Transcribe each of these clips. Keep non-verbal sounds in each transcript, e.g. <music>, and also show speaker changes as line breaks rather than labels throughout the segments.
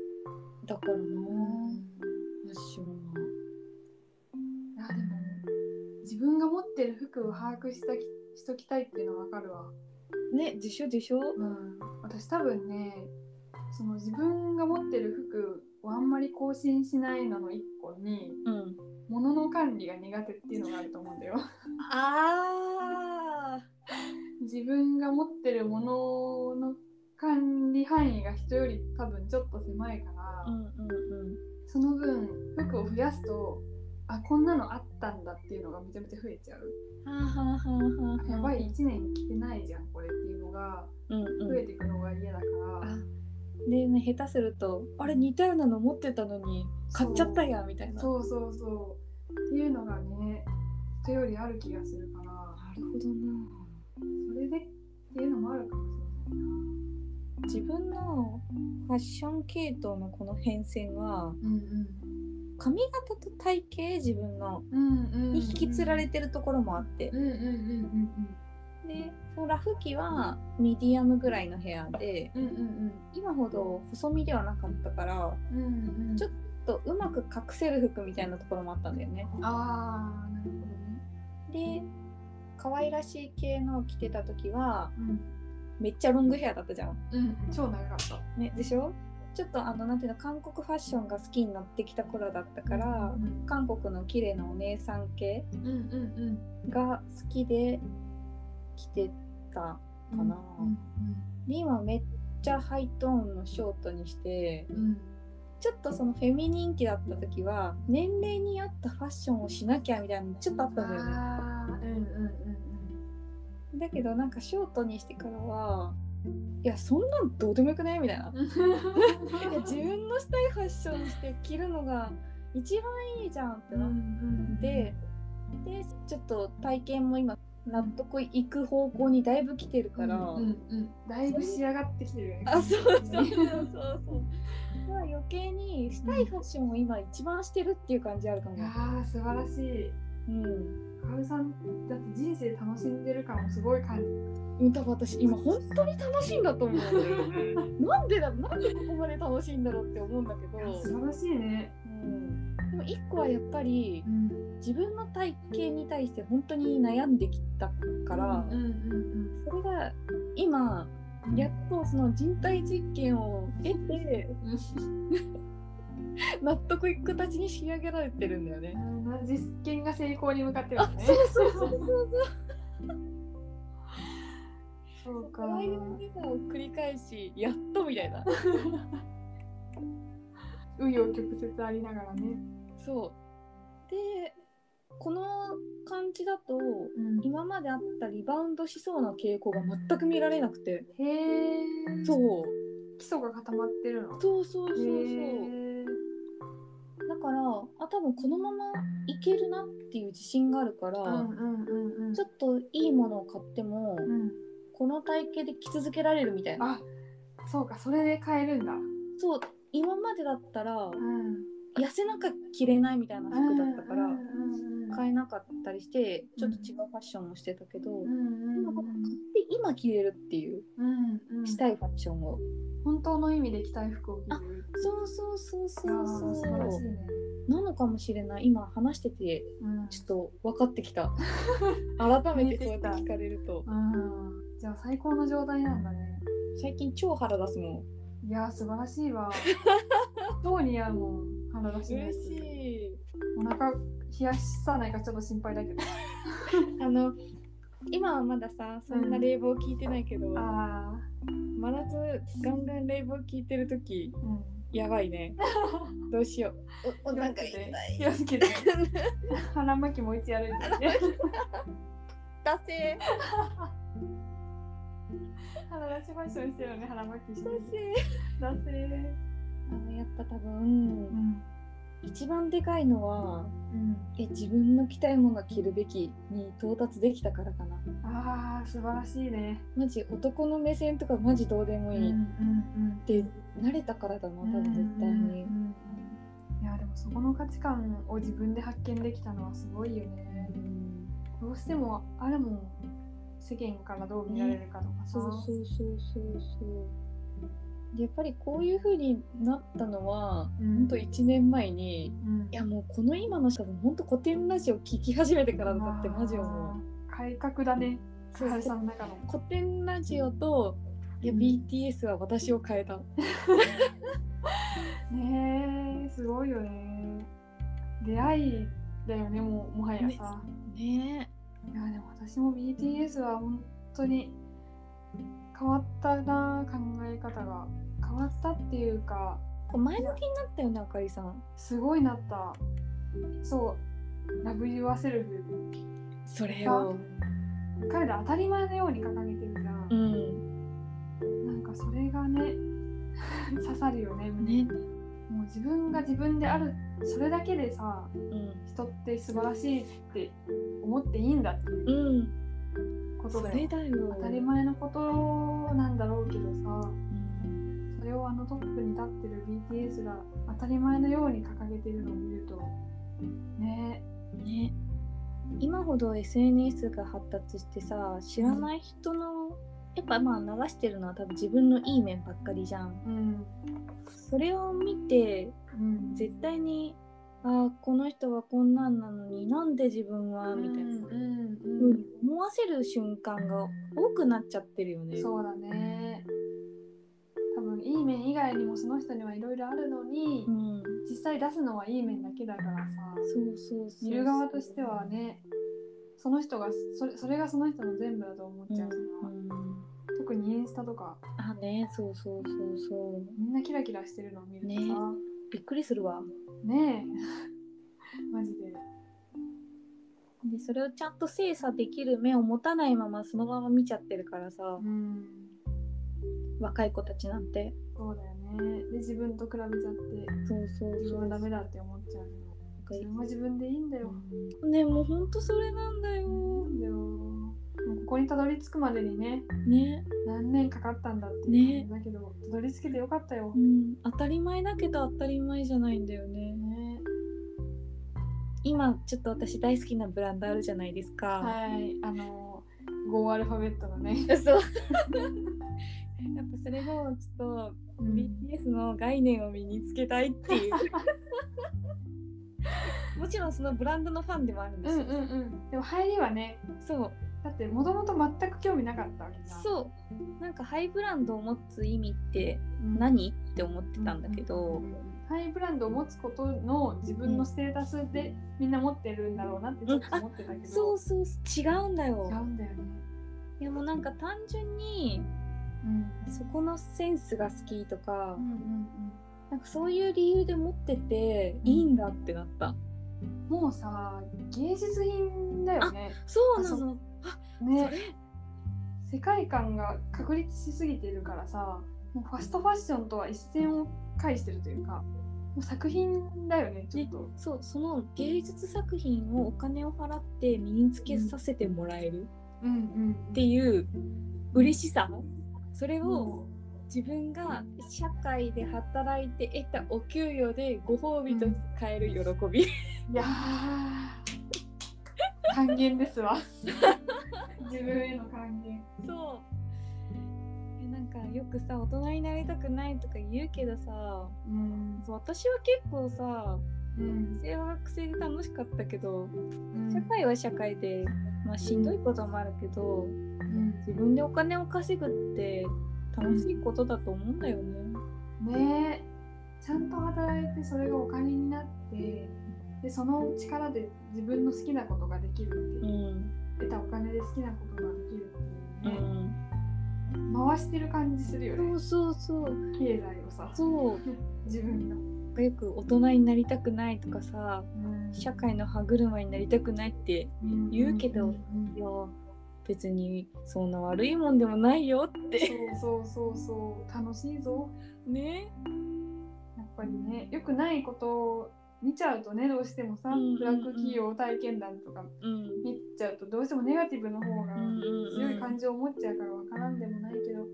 からなファッションは。
あでも自分が持ってる服を把握したきしときたいっていうのはわかるわ。
ね、でしょでしょ
うん、私多分ねその自分が持ってる服をあんまり更新しないのの一個に
うん。
物の管理が苦手っていうのがあると思うんだよ。
あ
<laughs> 自分が持ってるものの管理範囲が人より多分ちょっと狭いから、
うんうんうん。
その分服を増やすとあこんなのあったんだっていうのがめちゃめちゃ増えちゃう、
はあ、はあはあはあ、
やばい。1年着てないじゃんこれっていうのが
うん
増
う
えていくのが嫌だから、
ん。でね、下手すると、あれ似たようなの持ってたのに、買っちゃったやみたいな。
そうそうそうっていうのがね人よりある気がするから
なるほどな。
それでっていうのもあるかもしれないな
自分のファッション系統のこの変遷は
うん
髪型と体型自分の
うんうんうん
に引きつられてるところもあって
うんうんうん
でそのラフ期はミディアムぐらいの部屋で
うんうんうん
今ほど細身ではなかったから
うんうんうん
ちょっとうまく隠せる服みたいなところもあったんだよね
ああなるほどね
で可愛らしい系のを着てた時は
うん
めっちゃロングヘアだったじゃん、
うん超長かった
ね、でしょちょっとあのなんていうの韓国ファッションが好きになってきた頃だったから
うん
韓国の綺麗なお姉さん系
うんうん
が好きで着てた
うん
かな
うん
で今めっちゃハイトーンのショートにして
うんうん
ちょっとそのフェミニン期だった時は年齢に合ったファッションをしなきゃみたいなのちょっとあったんだよね
あーうんうんうん
だけどなんかショートにしてからはいやそんなんどうでもよくないみたい
<laughs>
ないや自分のしたいファッションして着るのが一番いいじゃんって
うん
な
う
っ
ん
てでちょっと体験も今納得いく方向にだいぶ来てるから、
うんうんだいぶ仕上がってきてるよね
あそうそうそうそうそう。 <laughs> だから余計にしたいファッションを今一番してるっていう感じあるかも
い。やー素晴らしい。
うん。
かおるさんだって人生楽しんでる感をすごい感じる。
多分私今本当に楽しいんだと思うんだよね。なんでだなんでここまで楽しいんだろうって思うんだけど。
素晴らしいね。
うん。でも一個はやっぱり
うん。
自分の体型に対して本当に悩んできたから、
うんうん
それが今やっとその人体実験を経て
うん。うん
納得いく形に仕上げられてるんだよね。
実験が成功に向かってる
あ
わけ、ね。
そうそうそうそう。
<laughs> そうか。
ライオンガを繰り返しやっとみたいな
紆余曲折ありながらね。
そうでこの感じだと
うん
今まであったリバウンドしそうな傾向が全く見られなくて
へえ。。
そうう
基礎が固まってるの。
そうそうそうそう
へー
だからあ多分このままいけるなっていう自信があるから、
うんうんうんうん。
ちょっといいものを買っても、
うん。
この体型で着続けられるみたいな
あ、そうか。それで変えるんだ。
そう今までだったら
うん。
痩せなきゃ着れないみたいな服だったから、
うんうんうん
買えなかったりしてち
う
ょ
ん
っと違うファッションもしてたけど、
うんうん
今買って今着れるっていう、
うんうん。
したいファッションを
本当の意味で着たい服を着る。
そうそうそうそ
あー素晴らしいね。
なのかもしれない今話してて
うん。
ちょっと分かってき <laughs> た改め
見え
て
て
そうや
き
ったて聞かれると
うん、じゃあ最高の状態なんだね。
最近超腹出すもん
いやー素晴らしい <laughs> わ。超似合うもん。腹出しのやつ。
い
お腹冷やさないかちょっと心配だけど。
あの今はまださそんな冷房聞いてないけど、
ああ、
真夏ガンガン冷房聞いてる時
うん。
やばいね <laughs> どうしようお
気をつけて。気をつけて。
<laughs>
腹巻きもう一やるんだね。
だ <laughs> せ
腹出しファッションしてるのね腹巻きして
だ
る。
せ
だせー。
あのやっぱ多
う
分
ん。
一番でかいのは
うん。
え自分の着たいものを着るべきに到達できたからかな
ああ素晴らしいね。
マジ男の目線とかマジどうでも
う
いいっ
ん。
て慣れたからだな多分絶対
うんうん
に
うんいやでもそこの価値観を自分で発見できたのはすごいよね
うん
どうしてもあれも世間からどう見られるかとかさ、
そうそうそうそうそうでやっぱりこういう風になったのは
うん
本当1年前に
うん
いやもうこの今の人も本当古典ラジオ聞き始めてからだってマジ思う
う改革だね
そう
春さんの中の
古典ラジオといや
うん
BTS は私を変えた
ねえすごいよね出会いだよねもうもはやさ、
ね
いやでも私も BTS は本当に変わったな考え方が変わったっていうか
前向きになったよねあかりさん
すごいなったそう「ラブ・ユア・セルフ
それ
よ」彼ら当たり前のように掲げてるじゃん、
うん
なんかそれがね <laughs> 刺さるよね胸に
ね
もう自分が自分であるそれだけでさ
うん
人って素晴らしいって思っていいんだっていう
うん
こと
そ
が
れだよ
当たり前のことなんだろうけどさ
うん
それをあのトップに立ってる BTS が当たり前のように掲げてるのを見るとね
ね今ほど SNS が発達してさ知らない人のやっぱまあ流してるのは多分自分のいい面ばっかりじゃん
うん
それを見て
うん
絶対にあーこの人はこんなんなのになんで自分はみたいな、
うんうん
う
うん
ん、思わせる瞬間が多くなっちゃってるよね
そうだね多分いい面以外にもその人にはいろいろあるのに、
うん、
実際出すのはいい面だけだからさ
そうそうそう
見る側としてはねその人がそれそれがその人の全部だと思っ
うん
ちゃうから、
うん
特にインスタとか
あねそうそうそうそう
みんなキラキラしてるのを見るとさ
びっくりするわ
ねえ <laughs> マジで
でそれをちゃんと精査できる目を持たないままそのまま見ちゃってるからさ、
うん
若い子たちなんて
そうだよねで自分と比べちゃって
そうそう
自
そ
分は
う
ダメだって思っちゃうけど自分は自分でいいんだよ、
ねもうほんとそれなんだよ
なんだよもうここにたどり着くまでにね
ね、
何年かかったんだってい
ね
う感じだけど、たどり着けてよかったよ、
うん、当たり前だけど当たり前じゃないんだよね
ね
今ちょっと私大好きなブランドあるじゃないですか、
はいあのゴーアルファベットのね、
<laughs> そうやっぱそれもちょっと BTS の概念を身につけたいって
<laughs>
いうもちろんそのブランドのファンでもあるんで
う
す
ん
よ、
うんうんでも入りはね
そう
だってもともと全く興味なかったわけじゃん
そうなんかハイブランドを持つ意味って
うん
何って思ってたんだけど、
ハイブランドを持つことの自分のステータスでみんな持ってるんだろうなってちょっと思ってたけど、
そうそう違うんだよ
違うんだよね、
いやもうなんか単純に
うん、
そこのセンスが好きとか
うんうん
なんかそういう理由で持ってて
うん
いいんだってなった、
うんもうさ芸術品だよね
そうなのそ
ね
れ
世界観が確立しすぎてるからさもうファストファッションとは一線を介してるというかもう作品だよねちょっと、
そうその芸術作品をお金を払って身につけさせてもらえるっ
うんうんうん
ていう嬉しさそれを
も
自分が社会で働いて得たお給料でご褒美と使える喜び、
ういやー還元です <laughs> わ自分への還元
そうえなんかよくさ大人になりたくないとか言うけどさ
うん
そう私は結構さ
うん
学生は学生で楽しかったけど
うん
社会は社会で、まあ、しんどいこともあるけど
うん
自分でお金を稼ぐって楽しいことだと思うんだよね。
ねえちゃんと働いてそれがお金になってでその力で自分の好きなことができるって、
ん、
得たお金で好きなことができるって
う
いうね、
ん、
回してる感じするよね
そうそうそう
経済をさ
そ
自分が、
うよく大人になりたくないとかさ社会の歯車になりたくないって言うけど
んん
いや別にそんな悪いもんでもないよって
うんそうそうそうそう楽しいぞ
ね。
やっぱりねよくないことを見ちゃうとねどうしてもさ、
うんうんうん
ブラック企業体験談とか
うん
見ちゃうとどうしてもネガティブの方が、強い感
じ
情を持っちゃうからわからんでもないけど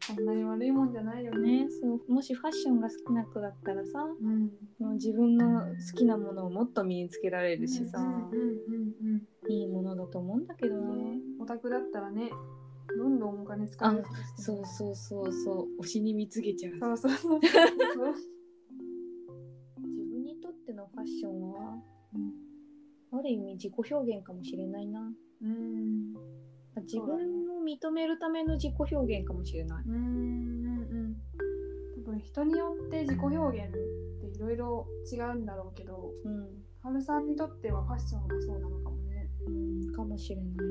そんなに悪いもんじゃないよね。
ねそうもしファッションが好きな子だったらさ
うん、
もう自分の好きなものをもっと身につけられるしさ、
うんうんうん
いいものだと思うんだけど
うん、ね
ね、
オタクだったらねどんどんお金使うやつです
そ
ね
うそうそうそう推しに貢げちゃう
そうそうそう
自分にとってのファッションは、ある意味自己表現かもしれないな
うん
自
そうだね
分を認めるための自己表現かもしれない、
うんうんうん多分人によって自己表現っていろいろ違うんだろうけど
うん
ハルさんにとってはファッションもそうなのかもね
うん、かもしれないな